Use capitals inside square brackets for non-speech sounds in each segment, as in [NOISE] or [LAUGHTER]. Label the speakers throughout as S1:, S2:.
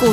S1: 股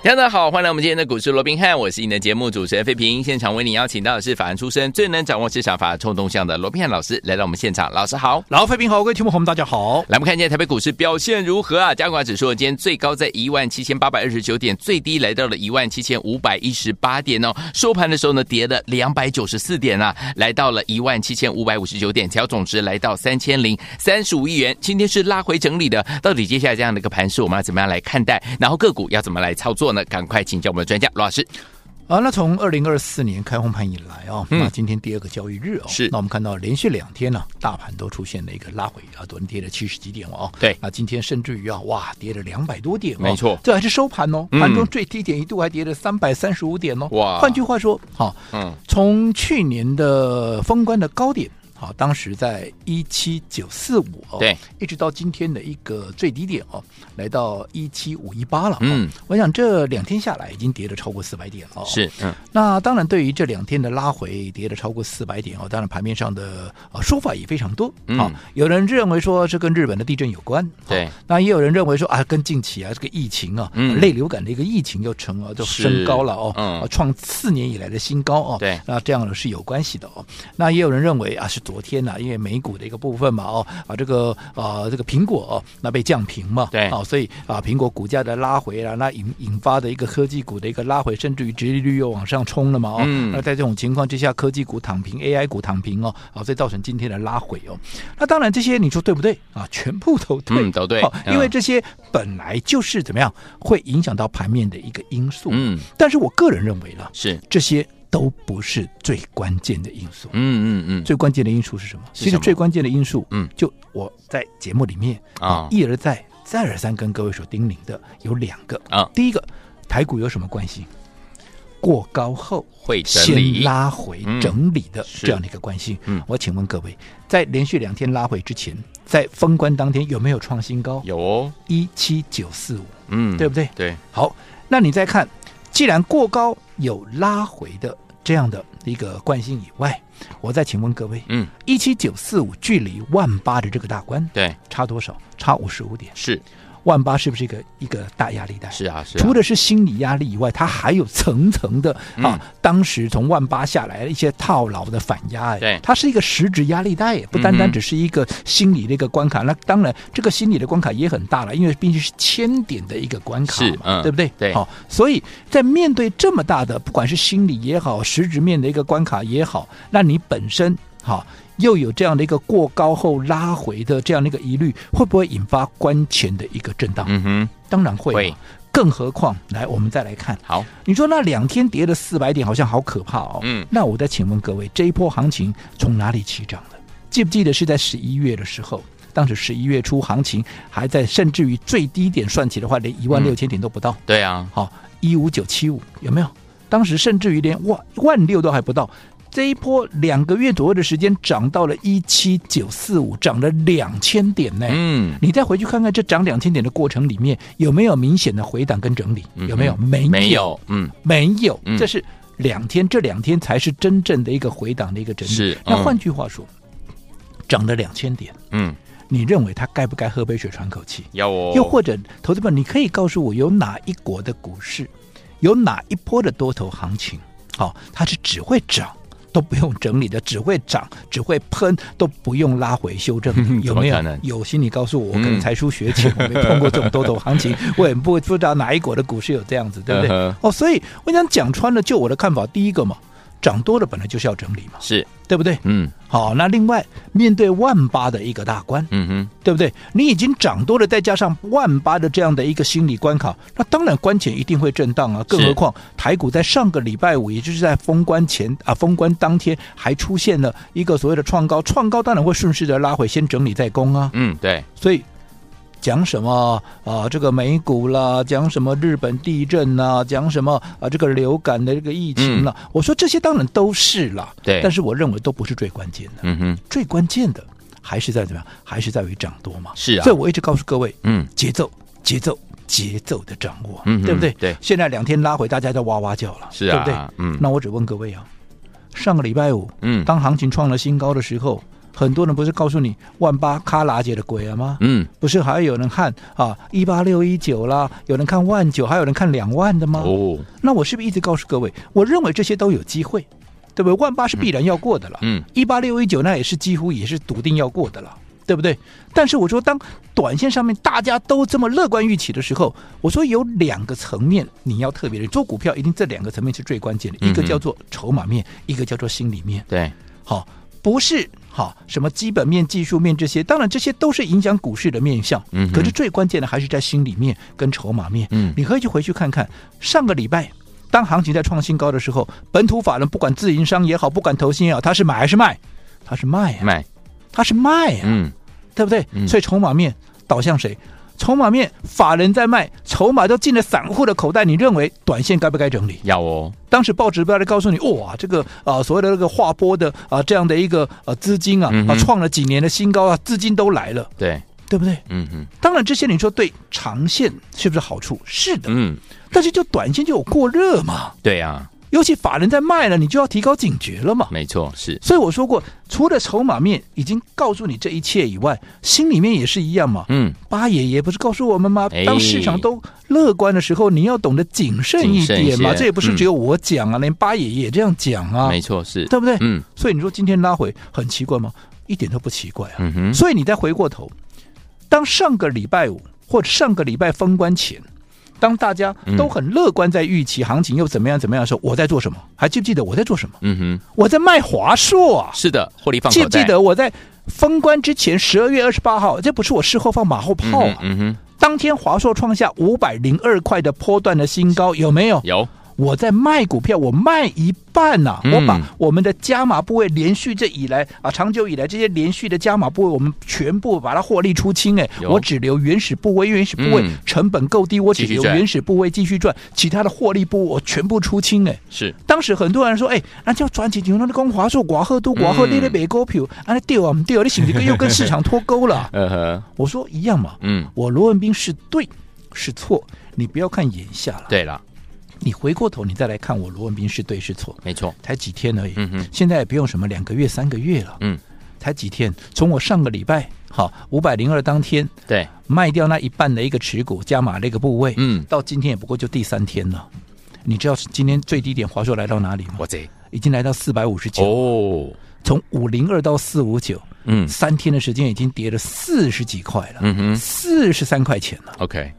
S2: 大家好，欢迎来我们今天的股市罗宾汉，我是你的节目主持人费平。现场为你邀请到的是法案出身、最能掌握市场法冲动向的罗宾汉老师，来到我们现场。老师好，
S3: 老费平好，各位听众朋友们，大家好。
S2: 来，我们看一下台北股市表现如何啊？加权指数今天最高在一万七千八百二十九点，最低来到了一万七千五百一十八点哦。收盘的时候呢，跌了两百九十四点啊，来到了一万七千五百五十九点，调总值来到三千零三十五亿元。今天是拉回整理的，到底接下来这样的一个盘势，我们要怎么样来看待？然后个股要怎么来操作呢？赶快请教我们的专家罗老师。
S3: 啊，那从二零二四年开红盘以来啊、
S2: 嗯
S3: 那今天第二个交易日哦，
S2: 是
S3: 那我们看到连续两天呢、大盘都出现了一个拉回啊，昨天跌了七十几点哦，
S2: 对
S3: 那今天甚至于啊，哇，跌了两百多点哦，
S2: 没错
S3: 这还是收盘哦，
S2: 嗯
S3: 盘中最低点一度还跌了三百三十五点哦，
S2: 哇
S3: 换句话说，好、
S2: 嗯，
S3: 从去年的封关的高点，好，当时在一七九四五哦，
S2: 对，
S3: 一直到今天的一个最低点哦，来到一七五一八了、哦，
S2: 嗯，
S3: 我想这两天下来已经跌了超过四百点了、哦，。
S2: 是，嗯，
S3: 那当然，对于这两天的拉回，跌了超过四百点哦，当然盘面上的呃说法也非常多。
S2: 嗯
S3: 好有人认为说这跟日本的地震有关，
S2: 对
S3: 好那也有人认为说啊，跟近期啊这个疫情啊，
S2: 嗯
S3: 类流感的一个疫情又成啊了，就是升高了哦，
S2: 嗯
S3: 啊创四年以来的新高哦。
S2: 对
S3: 那这样呢是有关系的哦。那也有人认为啊，是昨天呢、因为美股的一个部分嘛哦，啊这个呃这个苹果、哦、那被降平嘛，
S2: 对
S3: 啊，所以啊苹果股价的拉回啦，那引引发的一个科技股的一个拉回，甚至于殖利率又往上冲了嘛哦。
S2: 嗯
S3: 那在这种情况之下，科技股躺平，AI 股躺平哦，啊，所以造成今天的拉回哦。那当然这些你说对不对啊？全部都对，
S2: 嗯都对
S3: 好
S2: 嗯
S3: 哦因为这些本来就是怎么样会影响到盘面的一个因素。
S2: 嗯，
S3: 但是我个人认为啦，
S2: 是，
S3: 这些都不是最关键的因素。
S2: 嗯嗯嗯，
S3: 最关键的因素是什么？
S2: 是
S3: 其
S2: 什
S3: 实
S2: 么
S3: 最关键的因素，
S2: 嗯
S3: 就我在节目里面
S2: 啊
S3: 一而再、再而三跟各位所叮咛的有两个
S2: 啊
S3: 第一个，台股有什么关系？过高后
S2: 会整
S3: 先
S2: 理，
S3: 拉回
S2: 嗯
S3: 整理的
S2: 是
S3: 这样的一个关系。
S2: 嗯
S3: 我请问各位，在连续两天拉回之前，在封关当天有没有创新高？
S2: 有哦，
S3: 一七九四五，
S2: 嗯，
S3: 对不对？
S2: 对，
S3: 好，那你再看，既然过高有拉回的这样的一个惯性以外，我再请问各位，
S2: 嗯，
S3: 一七九四五距离万八的这个大关
S2: 对，
S3: 差多少？差五十五点，
S2: 是
S3: 万八是不是一个一个大压力带？
S2: 是啊是啊，
S3: 除了是心理压力以外，它还有层层的
S2: 嗯
S3: 啊，当时从万八下来的一些套牢的反压，哎
S2: 对
S3: 它是一个实质压力带，哎不单
S2: 嗯
S3: 单
S2: 哼
S3: 只是一个心理的一个关卡。那当然，这个心理的关卡也很大了，因为毕竟是千点的一个关卡
S2: 是
S3: 嘛，
S2: 嗯
S3: 对不对？
S2: 对
S3: 好、所以在面对这么大的，不管是心理也好，实质面的一个关卡也好，那你本身好。又有这样的一个过高后拉回的这样的一个疑虑，会不会引发关前的一个震荡？
S2: 嗯哼，
S3: 当然会嘛，啊
S2: 会
S3: 更何况来，我们再来看，
S2: 好，
S3: 你说那两天跌了四百点，好像好可怕哦。
S2: 嗯
S3: 那我再请问各位，这一波行情从哪里起涨的？记不记得是在十一月的时候？当时十一月初行情还在，甚至于最低点算起的话，连一万六千点都不到。
S2: 对啊，
S3: 好，一五九七五有没有？当时甚至于连万万六都还不到。这一波两个月左右的时间，涨到了一七九四五，涨了两千点呢。
S2: 嗯，
S3: 你再回去看看这涨两千点的过程里面有没有明显的回档跟整理？
S2: 嗯哼
S3: 有没有？没有，
S2: 没，有，嗯，
S3: 没有
S2: 嗯
S3: 这是两天，这两天才是真正的一个回档的一个整理。
S2: 是
S3: 那
S2: 嗯
S3: 换句话说，涨了两千点，
S2: 嗯，
S3: 你认为它该不该喝杯水喘口气？
S2: 要哦，，
S3: 又或者，投资者，你可以告诉我，有哪一国的股市，有哪一波的多头行情，好、它是只会涨。都不用整理的，只会涨，只会喷，都不用拉回修正
S2: [LAUGHS] 嗯
S3: 有没
S2: 怎么可
S3: 有
S2: 能？
S3: 有心你告诉我，我可能
S2: 嗯
S3: 才疏学浅，我没碰过这种多头
S2: [LAUGHS]
S3: 行情，我也不不知道哪一国的股市有这样子，对不对
S2: 嗯哼？
S3: 哦，所以我想讲穿了，就我的看法，第一个嘛，涨多了本来就是要整理嘛，
S2: 是，
S3: 对不对？
S2: 嗯
S3: 好，那另外面对万八的一个大关，
S2: 嗯哼，
S3: 对不对？你已经涨多了，再加上万八的这样的一个心理关卡，那当然关前一定会震荡啊。更何况台股在上个礼拜五，也就是在封关前啊，封关当天还出现了一个所谓的创高，创高当然会顺势的拉回，先整理再攻啊。
S2: 嗯，对，
S3: 所以讲什么啊、这个美股啦，讲什么日本地震啦，讲什么啊、这个流感的这个疫情啊啦，我说这些当然都是啦，
S2: 对
S3: 但是我认为都不是最关键的。
S2: 嗯哼，
S3: 最关键的还是在怎么样？还是在于涨多嘛？
S2: 是啊
S3: 所以我一直告诉各位，
S2: 嗯，
S3: 节奏，节奏。节奏的掌握，
S2: 嗯哼
S3: 对不对？
S2: 对
S3: 现在两天拉回，大家在哇哇叫了，
S2: 是啊
S3: 对不对？
S2: 嗯
S3: 那我只问各位啊，上个礼拜五，
S2: 嗯
S3: 当行情创了新高的时候，很多人不是告诉你万八卡拉姐的鬼啊吗？
S2: 嗯，
S3: 不是还有人看啊一八六一九啦，有人看万九，还有人看两万的吗？
S2: 哦，
S3: 那我是不是一直告诉各位，我认为这些都有机会，对不对？万八是必然要过的了，
S2: 嗯，
S3: 一八六一九那也是几乎也是笃定要过的了。对不对？但是我说，当短线上面大家都这么乐观预期的时候，我说有两个层面你要特别的做股票，一定这两个层面是最关键的，一个
S2: 嗯哼
S3: 叫做筹码面，一个叫做心里面。
S2: 对，
S3: 好，不是好什么基本面、技术面这些，当然这些都是影响股市的面向。
S2: 嗯哼
S3: 可是最关键的还是在心里面跟筹码面。
S2: 嗯
S3: 你可以去回去看看上个礼拜。当行情在创新高的时候，本土法人不管自营商也好，不管投信也好，他是买还是卖？他是卖呀、
S2: 卖，
S3: 他是卖呀、
S2: 嗯，
S3: 对不对？
S2: 嗯
S3: 所以筹码面导向谁？筹码面法人在卖，筹码都进了散户的口袋，你认为短线该不该整理？
S2: 要哦，
S3: 当时报纸标题告诉你，哇，这个啊、呃所谓的那个划拨的啊、这样的一个呃资金啊
S2: 嗯
S3: 啊
S2: 哼
S3: 创了几年的新高啊，资金都来了，
S2: 对，
S3: 对不对？
S2: 嗯哼，
S3: 当然这些你说对长线是不是好处？是的，
S2: 嗯，
S3: 但是就短线就有过热嘛，
S2: 对啊，
S3: 尤其法人在卖了，你就要提高警觉了嘛。
S2: 没错，是，
S3: 所以我说过，除了筹码面已经告诉你这一切以外，心里面也是一样嘛。
S2: 嗯，
S3: 八爷爷不是告诉我们吗
S2: 哎？
S3: 当市场都乐观的时候，你要懂得谨慎一
S2: 谨
S3: 点
S2: 慎一
S3: 嘛。
S2: 些嗯
S3: 这也不是只有我讲啊，连八爷爷也这样讲啊，
S2: 没错，是，
S3: 对不对？
S2: 嗯
S3: 所以你说今天拉回很奇怪吗？一点都不奇怪啊。
S2: 嗯哼，
S3: 所以你再回过头，当上个礼拜五或者上个礼拜封关前，当大家
S2: 嗯
S3: 都很乐观在预期行情又怎么样怎么样的时候，我在做什么？还记不记得我在做什么？
S2: 嗯哼，
S3: 我在卖华硕啊！
S2: 是的，获利放口
S3: 记
S2: 袋，
S3: 不记得我在封关之前十二月二十八号？这不是我事后放马后
S2: 嗯
S3: 炮
S2: 哼
S3: 啊！
S2: 嗯哼，
S3: 当天华硕创下五百零二块的波段的新高，有没有？
S2: 有，
S3: 我在卖股票，我卖一半呐、
S2: 嗯
S3: 我把我们的加码部位连续这以来啊，长久以来这些连续的加码部位，我们全部把它获利出清。哎，
S2: 有
S3: 我只留原始部位，原始部位、
S2: 嗯
S3: 成本够低，我只
S2: 继续
S3: 留
S2: 赚
S3: 原始部位继续赚，其他的获利部位我全部出清。哎，
S2: 是，
S3: 当时很多人说，哎，那叫转起牛，那讲华硕寡贺都寡贺，
S2: 嗯？
S3: 你咧卖股票，啊，你掉啊唔掉，你是不是又跟市场脱钩
S2: [LAUGHS]
S3: 了
S2: 呃呵，
S3: 我说一样嘛，
S2: 嗯，
S3: 我罗文斌是对是错，你不要看眼下了，
S2: 对了，
S3: 你回过头你再来看我罗文斌是对是错，
S2: 没错，
S3: 才几天而已，
S2: 嗯哼，
S3: 现在也不用什么两个月三个月了，
S2: 嗯，
S3: 才几天，从我上个礼拜好五百零二当天
S2: 对，
S3: 卖掉那一半的一个持股加码那个部位，
S2: 嗯，
S3: 到今天也不过就第三天了，你知道今天最低点华硕来到哪里吗？
S2: 我贼，
S3: 已经来到四百五十九，
S2: 哦，
S3: 从五零二到四五九，
S2: 嗯
S3: 三天的时间已经跌了四十几块了，
S2: 嗯哼
S3: 四十三块钱了。
S2: ，OK，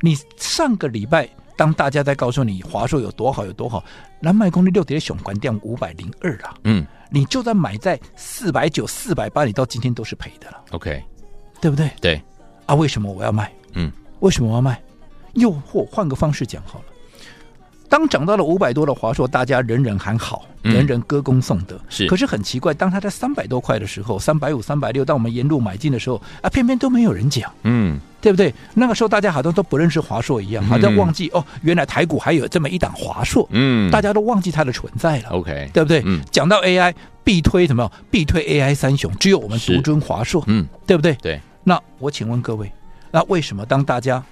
S3: 你上个礼拜当大家在告诉你华硕有多好有多好，蓝麦功率六跌熊关掉五百零二了，
S2: 嗯
S3: 你就算买在四百九、四百八，你到今天都是赔的了，
S2: ，OK，
S3: 对不对？
S2: 对，
S3: 啊，为什么我要卖？
S2: 嗯，
S3: 为什么我要卖？又或换个方式讲好了，当涨到了五百多的华硕，大家人人喊好，
S2: 嗯
S3: 人人歌功颂德。
S2: 是
S3: 可是很奇怪，当它在三百多块的时候，三百五、三百六，当我们沿路买进的时候，啊，偏偏都没有人讲。
S2: 嗯，
S3: 对不对？那个时候大家好像都不认识华硕一样，好像
S2: 嗯
S3: 忘记、哦，原来台股还有这么一档华硕，
S2: 嗯，
S3: 大
S2: 家
S3: 家都忘记它的存在了，
S2: OK，
S3: 对不对？
S2: 嗯
S3: 讲到 AI 必推什么？必推 AI 三雄，只有我们
S2: 是
S3: 独尊华硕，
S2: 嗯，
S3: 对不对？
S2: 对，
S3: 那我请问各位，那为什么当大家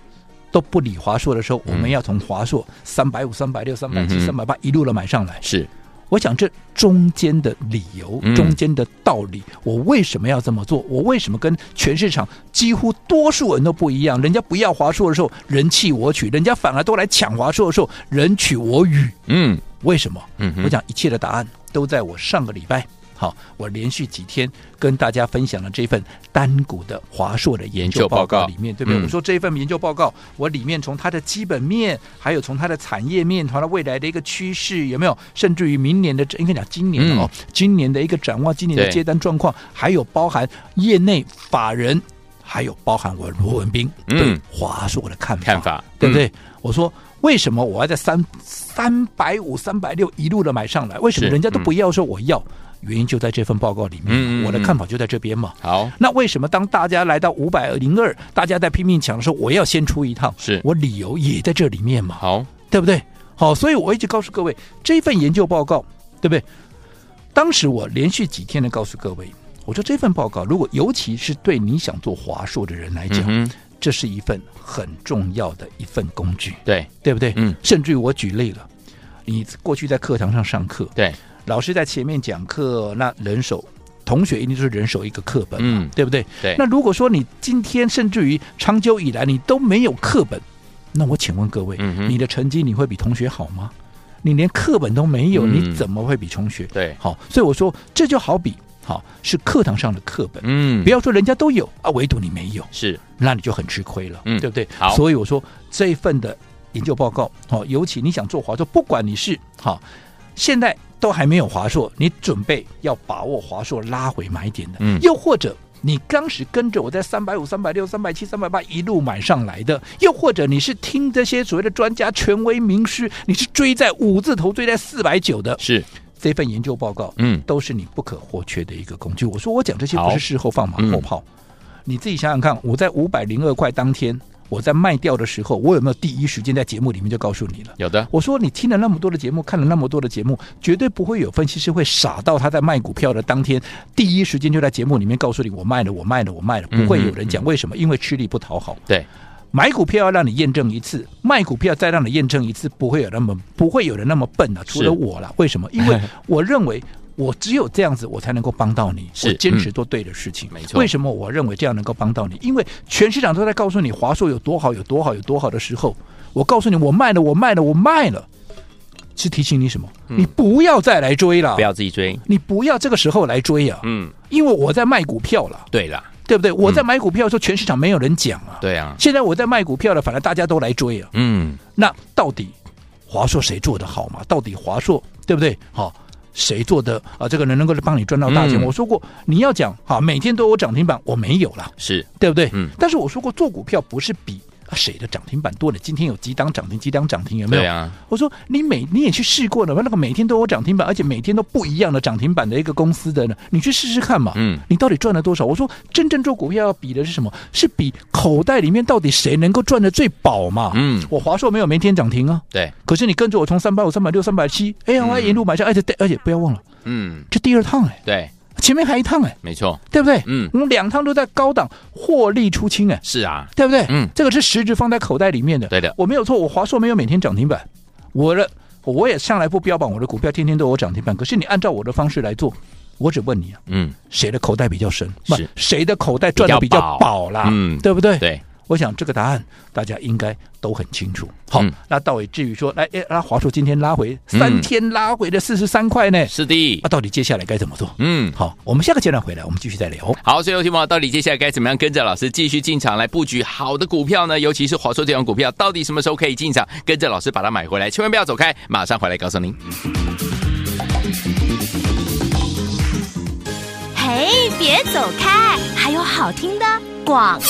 S3: 都不理华硕的时候，
S2: 嗯
S3: 我们要从华硕三百五、三百六、三百七、
S2: 嗯
S3: 三百八一路的买上来？
S2: 是，
S3: 我想这中间的理由
S2: 嗯、
S3: 中间的道理，我为什么要这么做？我为什么跟全市场几乎多数人都不一样？人家不要华硕的时候，人弃我取；人家反而都来抢华硕的时候，人取我予。
S2: 嗯
S3: 为什么？
S2: 嗯哼
S3: 我讲一切的答案都在我上个礼拜。好，我连续几天跟大家分享了这份单股的华硕的研究报告里面，对不对？
S2: 嗯
S3: 我说这份研究报告，我里面从它的基本面，还有从它的产业面，从它未来的一个趋势有没有，甚至于明年的，应该讲今年的哦，今年的一个展望，今年的
S2: 对
S3: 接单状况，还有包含业内法人，还有包含我罗文斌
S2: 嗯
S3: 对华硕的看法，
S2: 看法嗯
S3: 对不对？我说为什么我要在三三百五、三百六一路的买上来？为什么
S2: 是嗯
S3: 人家都不要说我要？原因就在这份报告里面，
S2: 嗯嗯嗯
S3: 我的看法就在这边嘛。
S2: 好，
S3: 那为什么当大家来到五百零二，大家在拼命抢的时候，我要先出一趟？
S2: 是
S3: 我理由也在这里面嘛，
S2: 好，
S3: 对不对？好，所以我一直告诉各位，这份研究报告，对不对？当时我连续几天的告诉各位，我我说这份报告，如果尤其是对你想做华硕的人来讲，
S2: 嗯哼，
S3: 这是一份很重要的一份工具，
S2: 对
S3: 对不对？
S2: 嗯，
S3: 甚至于我举例了，你过去在课堂上上课，
S2: 对，
S3: 老师在前面讲课，那人手同学一定就是人手一个课本，
S2: 嗯
S3: 对不对？
S2: 对
S3: 那如果说你今天甚至于长久以来你都没有课本，那我请问各位，
S2: 嗯哼
S3: 你的成绩你会比同学好吗？你连课本都没有，
S2: 嗯
S3: 你怎么会比同学？
S2: 对
S3: 好，所以我说这就好比好是课堂上的课本，
S2: 嗯，
S3: 不要说人家都有啊，唯独你没有，
S2: 是
S3: 那你就很吃亏了，
S2: 嗯
S3: 对不对？
S2: 好
S3: 所以我说这一份的研究报告，好、尤其你想做华硕，不管你是好、现在都还没有华硕，你准备要把握华硕拉回买点的，
S2: 嗯
S3: 又或者。你当时跟着我在三百五、三百六、三百七、三百八一路买上来的，又或者你是听这些所谓的专家、权威名师，你是追在五字头、追在四百九的
S2: 是，
S3: 这份研究报告，
S2: 嗯
S3: 都是你不可或缺的一个工具。我说我讲这些
S2: 好
S3: 不是事后放马
S2: 嗯
S3: 后炮，你自己想想看，我在五百零二块当天我在卖掉的时候，我有没有第一时间在节目里面就告诉你了？
S2: 有的，
S3: 我说你听了那么多的节目，看了那么多的节目，绝对不会有分析师会傻到他在卖股票的当天第一时间就在节目里面告诉你我卖了，我卖了，我卖了，不会有人讲为什么？因为吃力不讨好。
S2: 对，
S3: 买股票要让你验证一次，卖股票再让你验证一次，不会有那么不会有人那么笨啊，除了我啦。为什
S2: [LAUGHS]
S3: 么？因为我认为我只有这样子，我才能够帮到你。
S2: 是
S3: 我坚持做对的事情，
S2: 嗯没错
S3: 为什么我认为这样能够帮到你？因为全市场都在告诉你华硕有多好，有多好，有多好的时候，我告诉你，我卖了，我卖了，我卖了，是提醒你什么？你不要再来追了，
S2: 嗯不要自己追，
S3: 你不要这个时候来追啊，
S2: 嗯，
S3: 因为我在卖股票了，
S2: 对啦，
S3: 对不对？我在买股票的时候，全市场没有人讲啊。
S2: 对啊，
S3: 现在我在卖股票了，反正大家都来追啊。
S2: 嗯，
S3: 那到底华硕谁做的好嘛？到底华硕对不对？好、谁做的啊？这个人能够帮你赚到大钱？
S2: 嗯
S3: 我说过，你要讲哈、每天都有涨停板，我没有啦，
S2: 是，
S3: 对不对？
S2: 嗯
S3: 但是我说过，做股票不是比。啊谁的涨停板多呢？今天有几档涨停，几档涨停，有没有？
S2: 对啊，
S3: 我说你每你也去试过了，那个每天都有涨停板，而且每天都不一样的涨停板的一个公司的呢，你去试试看嘛。
S2: 嗯，
S3: 你到底赚了多少？我说，真正做股票要比的是什么？是比口袋里面到底谁能够赚的最饱嘛。
S2: 嗯
S3: 我华硕没有每天涨停啊，
S2: 对，
S3: 可是你跟着我从三百五、三百六、三百七，哎呀，我一路买下，而且而且不要忘了，
S2: 嗯，
S3: 这第二趟哎，
S2: 对，
S3: 前面还一趟哎，
S2: 没错，
S3: 对不对？
S2: 嗯，
S3: 我们两趟都在高档获利出清哎，
S2: 是啊，
S3: 对不对？
S2: 嗯
S3: 这个是实质放在口袋里面的。
S2: 对的
S3: 我没有错，我华硕没有每天涨停板，我的我也向来不标榜我的股票天天都有涨停板，可是你按照我的方式来做，我只问你啊。
S2: 嗯，
S3: 谁的口袋比较深，
S2: 是
S3: 不谁的口袋赚的比较饱啦，
S2: 嗯
S3: 对不对？
S2: 对，
S3: 我想这个答案大家应该都很清楚。好，
S2: 嗯
S3: 那到底至于说，哎哎，那华硕今天拉回三天拉回了四十三块呢，
S2: 是的
S3: 那、，到底接下来该怎么做？
S2: 嗯。
S3: 好，我们下个阶段回来，我们继续再聊。
S2: 好，所以有听众朋友到底接下来该怎么样跟着老师继续进场来布局好的股票呢？尤其是华硕这种股票，到底什么时候可以进场，跟着老师把它买回来？千万不要走开，马上回来告诉您。
S1: 嘿，别走开，还有好听的广。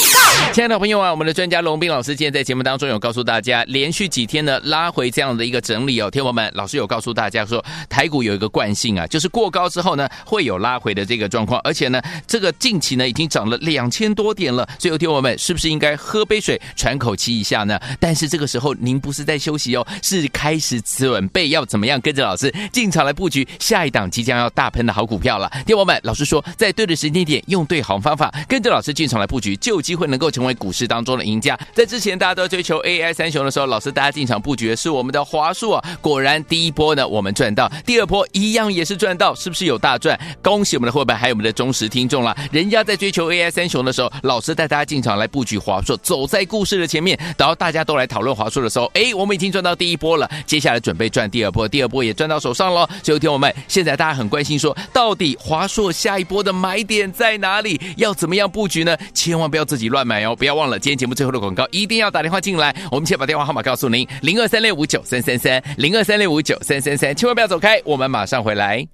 S2: 亲爱的朋友啊，我们的专家龙斌老师今天在节目当中有告诉大家，连续几天呢拉回这样的一个整理哦，天友们，老师有告诉大家说，台股有一个惯性啊，就是过高之后呢会有拉回的这个哦啊状况，而且呢这个近期呢已经涨了两千多点了，所以有天友们是不是应该喝杯水喘口气一下呢？但是这个时候您不是在休息哦，是开始准备要怎么样跟着老师进场来布局下一档即将要大喷的好股票了。天友们，老师说在对的时间点用对好方法，跟着老师进场来布局，就有机会能够成为股市当中的赢家。在之前大家都追求 AI 三雄的时候，老师大家进场布局的是我们的华硕、啊，果然第一波呢我们赚到，第二波一样也是赚到，是不是有大赚？恭喜我们的伙伴还有我们的忠实听众啦！人家在追求 AI 三雄的时候，老师带大家进场来布局华硕，走在故事的前面。然后大家都来讨论华硕的时候，哎，我们已经赚到第一波了，接下来准备赚第二波，第二波也赚到手上喽。所以，听我们现在大家很关心说，到底华硕下一波的买点在哪里？要怎么样布局呢？千万不要自己乱买哦！不要忘了，今天节目最后的广告一定要打电话进来，我们先把电话号码告诉您：零二三六五九三三三，零二三六五九三三三，千万不要走开，我们马上回来。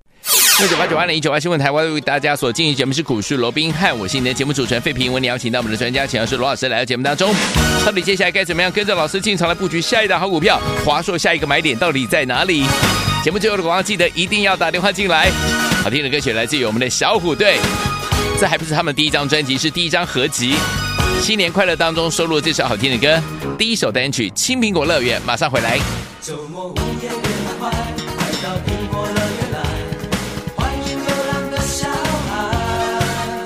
S2: 六九八九八零一九八新闻台，为大家所进行节目是股市罗宾汉，我是你的节目主持人费平。我们邀请到我们的专家，请到是罗老师来到啊节目当中。到底接下来该怎么样跟着老师进场来布局下一档好股票？华硕下一个买点到底在哪里？节目最后的广告记得一定要打电话进来。好听的歌曲来自于我们的小虎队，这还不是他们第一张专辑，是第一张合集。新年快乐当中收录了这首好听的歌，第一首单曲《青苹果乐园》，马上回来。
S4: 周末午夜变坏，快到苹果乐园来，欢迎流浪的小孩。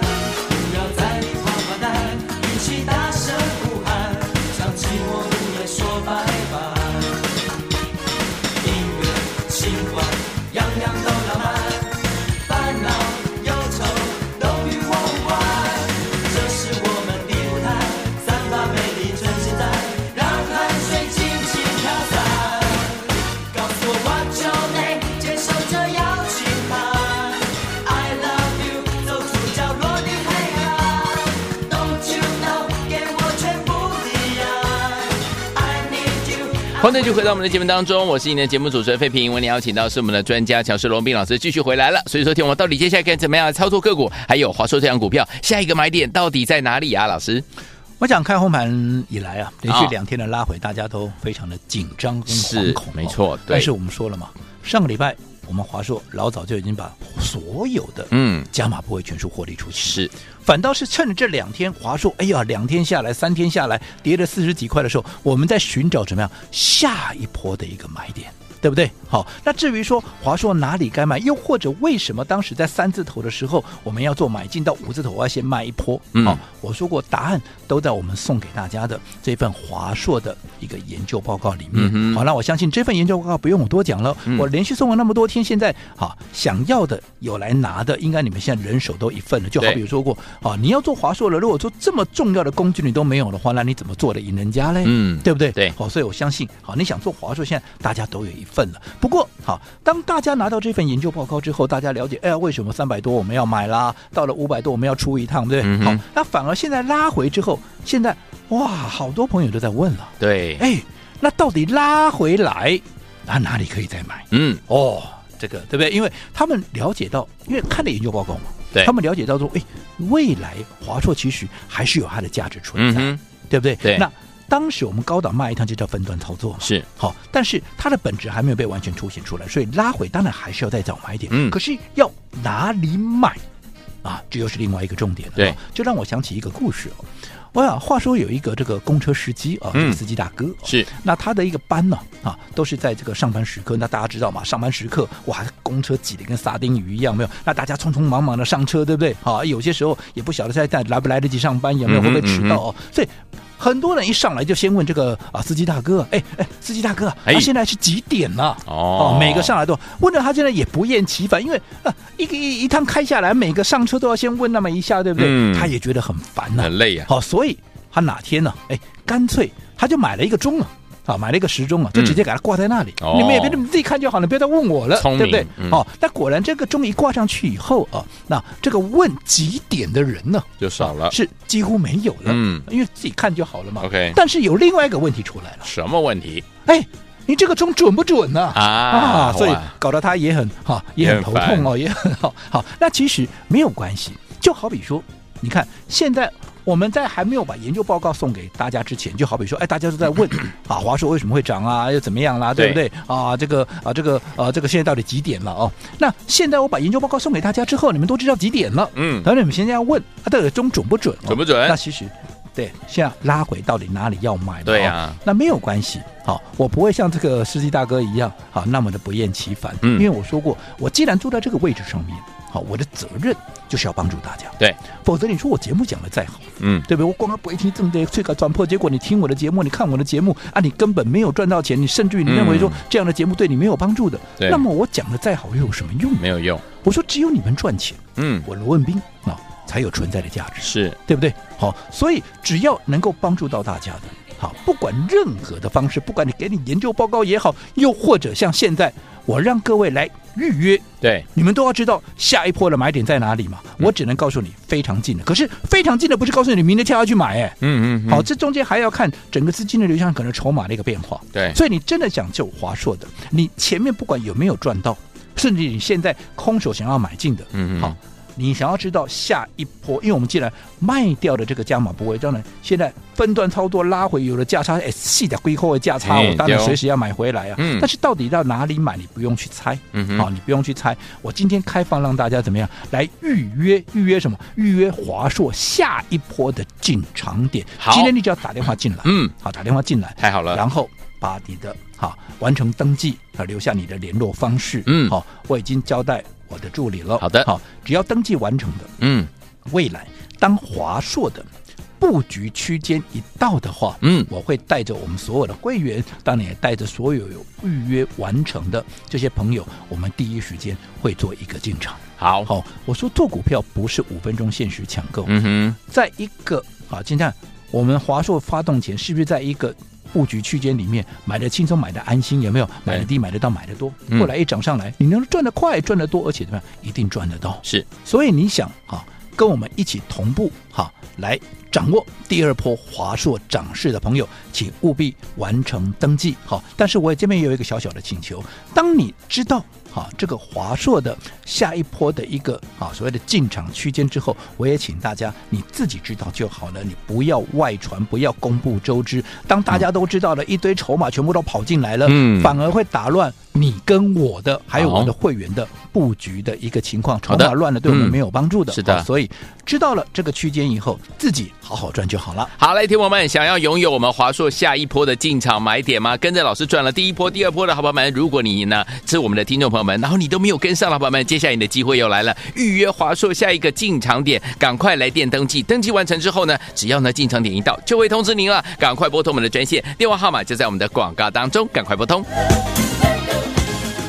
S2: 欢迎就回到我们的节目当中，我是你的节目主持人费平。为你邀请到是我们的专家强势罗斌老师继续回来了。所以说，天我到底接下来该怎么样操作个股，还有华硕这样股票下一个买点到底在哪里啊？老师，
S3: 我想开红盘以来啊，连
S2: 啊
S3: 续两天的拉回，大家都非常的紧张跟惶
S2: 是
S3: 恐、哦
S2: 没。错，
S3: 但
S2: 对
S3: 是，我们说了嘛，上个礼拜我们华硕老早就已经把所有的
S2: 嗯，
S3: 加码部位全数获利出去，
S2: 是
S3: 反倒是趁着这两天华硕，哎呀，两天下来、三天下来跌了四十几块的时候，我们在寻找怎么样下一波的一个买点。对不对？好，那至于说华硕哪里该买，又或者为什么当时在三字头的时候我们要做买进，到五字头我要先卖一波？
S2: 嗯
S3: 好我说过答案都在我们送给大家的这份华硕的一个研究报告里
S2: 嗯
S3: 面。
S2: 哼
S3: 好，那我相信这份研究报告不用我多讲了，
S2: 嗯
S3: 我连续送了那么多天，现在好想要的有来拿的，应该你们现在人手都一份了，就好
S2: 对
S3: 比。比如说过啊，你要做华硕了，如果说这么重要的工具你都没有的话，那你怎么做得赢人家嘞？
S2: 嗯
S3: 对不对？
S2: 对
S3: 好、所以我相信，好，你想做华硕，现在大家都有一份了。不过，好，当大家拿到这份研究报告之后，大家了解，哎呀，为什么三百多我们要买啦？到了五百多我们要出一趟，对不对？
S2: 嗯哼
S3: 好，那反而现在拉回之后，现在哇，好多朋友都在问了，
S2: 对，
S3: [LAUGHS] 哎，那到底拉回来，那哪里可以再买？
S2: 嗯，
S3: 哦，这个对不对？因为他们了解到，因为看了研究报告嘛，
S2: 对
S3: 他们了解到说，哎，未来华硕其实还是有它的价值存
S2: 嗯
S3: 在，
S2: 哼，
S3: 对不对？
S2: 对
S3: 那当时我们高档卖一趟就叫分段操作嘛，
S2: 是
S3: 好，但是它的本质还没有被完全凸显出来，所以拉回当然还是要再找买点。
S2: 嗯
S3: 可是要哪里买啊？这又是另外一个重点了。
S2: 对
S3: 哦就让我想起一个故事哦。我想话说有一个这个公车司机啊，这
S2: 嗯
S3: 个司机大哥、哦
S2: 是，
S3: 那他的一个班呢啊都是在这个上班时刻。那大家知道嘛，上班时刻哇，公车挤得跟沙丁鱼一样，没有？那大家匆匆忙忙的上车，对不对？啊，有些时候也不晓得在在来不来得及上班，有没有
S2: 嗯哼
S3: 会不会迟
S2: 嗯
S3: 到
S2: 哼
S3: 哦？所以很多人一上来就先问这个啊司机大哥，哎哎，司机大哥，
S2: 哎
S3: 他、现在是几点了、
S2: 哦
S3: 每个上来都问了，他现在也不厌其烦，因为啊一个一一趟开下来，每个上车都要先问那么一下，对不对？
S2: 嗯
S3: 他也觉得很烦呐、
S2: 很累啊呀，
S3: 好、所以他哪天呢、哎，干脆他就买了一个钟啊，啊，买了一个时钟啊，就直接给它挂在那里。
S2: 嗯哦
S3: 你们也别你们自己看就好了，不要再问我了，
S2: 聪
S3: 对
S2: 明
S3: 不对？
S2: 嗯
S3: 哦，那果然这个钟一挂上去以后啊，那这个问几点的人呢，
S2: 就少了，
S3: 是几乎没有了。
S2: 啊嗯
S3: 因为自己看就好了嘛。
S2: OK
S3: 但是有另外一个问题出来了，
S2: [LAUGHS] 什么问题
S3: 哎，你这个钟准不准呢、
S2: 啊？
S3: 啊，所以
S2: 哇
S3: 搞得他也很哈、也
S2: 也
S3: 很
S2: 很
S3: 头痛哦，也很好。好，那其实没有关系，就好比说，你看现在。我们在还没有把研究报告送给大家之前，就好比说，哎，大家都在问啊，华硕为什么会涨啊，又怎么样啦、对不
S2: 对
S3: 对？啊，这个啊，这个啊，这个现在到底几点了哦？那现在我把研究报告送给大家之后，你们都知道几点了，
S2: 嗯，
S3: 然后你们现在要问，啊，到底钟准不准、哦？
S2: 准不准
S3: 那其实，对，现在拉回到底哪里要买嘛？
S2: 对呀、
S3: 哦那没有关系，好，我不会像这个司机大哥一样，好那么的不厌其烦，
S2: 嗯
S3: 因为我说过，我既然坐在这个位置上面，好，我的责任就是要帮助大家，
S2: 对，
S3: 否则你说我节目讲的再好，
S2: 嗯，
S3: 对不对？我光不会听这么的吹个转破，结果你听我的节目，你看我的节目啊，你根本没有赚到钱，你甚至于你认为说
S2: 嗯
S3: 这样的节目对你没有帮助的，
S2: 对
S3: 那么我讲的再好又有什么用？
S2: 没有用，
S3: 我说只有你们赚钱，
S2: 嗯，
S3: 我罗文斌啊才有存在的价值。
S2: 是，
S3: 对不对？好，所以只要能够帮助到大家的，好，不管任何的方式，不管你给你研究报告也好，又或者像现在我让各位来预约，
S2: 对，
S3: 你们都要知道下一波的买点在哪里嘛。我只能告诉你非常近的，可是非常近的不是告诉你明天跳下去买，哎，
S2: 嗯嗯，嗯
S3: 好，，这中间还要看整个资金的流向，可能筹码的一个变化。
S2: 对，
S3: 所以你真的想救华硕的，你前面不管有没有赚到，甚至你现在空手想要买进的，
S2: 嗯嗯
S3: 好，你想要知道下一波，因为我们既然卖掉了这个加码部位，当然现在分段操作拉回有了价差，哎，细的归扣的价差，
S2: 嘿
S3: 我当然
S2: 对哦
S3: 随时要买回来啊。
S2: 嗯
S3: 但是到底到哪里买，你不用去猜。
S2: 嗯哼
S3: 好、你不用去猜。我今天开放让大家怎么样来预约？预约什么？预约华硕下一波的进场点。
S2: 好
S3: 今天你只要打电话进来，
S2: 嗯，
S3: 好，打电话进来，
S2: 太好了，
S3: 然后把你的哈完成登记，啊，留下你的联络方式。
S2: 嗯
S3: 好，我已经交代我的助理了。
S2: 好的
S3: 好，只要登记完成的，
S2: 嗯
S3: 未来当华硕的布局区间一到的话，
S2: 嗯
S3: 我会带着我们所有的会员，当然也带着所有有预约完成的这些朋友，我们第一时间会做一个进场。
S2: 好，
S3: 好，我说做股票不是五分钟限时抢购，
S2: 嗯哼，
S3: 在一个啊，现在我们华硕发动前是不是在一个布局区间里面买的轻松，买的安心，有没有？买的低，买得到，买得多。
S2: 嗯
S3: 后来一涨上来，你能赚得快，赚得多，而且怎么样，一定赚得到。
S2: 是，
S3: 所以你想啊，跟我们一起同步哈，来掌握第二波华硕涨势的朋友，请务必完成登记哈。但是我这边也有一个小小的请求，当你知道哈这个华硕的下一波的一个啊所谓的进场区间之后，我也请大家你自己知道就好了，你不要外传，不要公布周知。当大家都知道了，一堆筹码全部都跑进来了，
S2: 嗯
S3: 反而会打乱你跟我的还有我的会员的布局的一个情况，筹
S2: 的
S3: 码乱了对我们
S2: 嗯
S3: 没有帮助的。
S2: 是的
S3: 好所以知道了这个区间以后，自己好好赚就好了。
S2: 好，来，听我们想要拥有我们华硕下一波的进场买点吗？跟着老师赚了第一波、第二波的好朋友们，如果你呢是我们的听众朋友们，然后你都没有跟上的好朋友们，接下来你的机会又来了，预约华硕下一个进场点，赶快来电登记。登记完成之后呢，只要呢进场点一到，就会通知您了，赶快拨通我们的专线，电话号码就在我们的广告当中，赶快拨通。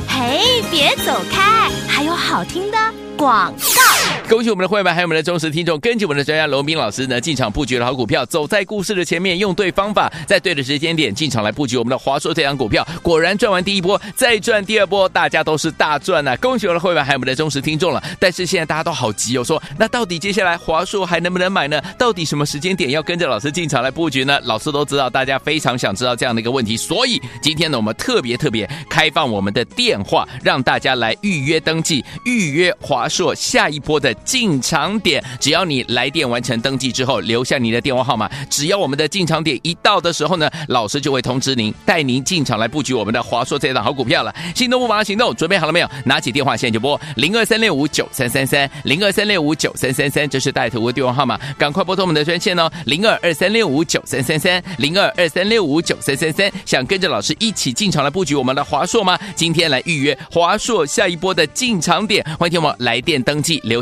S1: 嘿，别走开，还有好听的广告。
S2: 恭喜我们的会员，还有我们的忠实听众，根据我们的专家罗斌老师呢，进场布局了好股票，走在故事的前面，用对方法，在对的时间点进场来布局我们的华硕这档股票，果然赚完第一波，再赚第二波，大家都是大赚呐、恭喜我们的会员，还有我们的忠实听众了。但是现在大家都好急哦，说那到底接下来华硕还能不能买呢？到底什么时间点要跟着老师进场来布局呢？老师都知道，大家非常想知道这样的一个问题，所以今天呢，我们特别特别开放我们的电话，让大家来预约登记，预约华硕下一波的进场点。只要你来电完成登记之后，留下你的电话号码，只要我们的进场点一到的时候呢，老师就会通知您，带您进场来布局我们的华硕这档好股票了。心动不马上行动，准备好了没有？拿起电话现在就拨零二三六五九三三三零二三六五九三三三，这是带头的电话号码，赶快拨通我们的专线哦，零二二三六五九三三三零二二三六五九三三三。想跟着老师一起进场来布局我们的华硕吗？今天来预约华硕下一波的进场点，欢迎听我们来电登记，留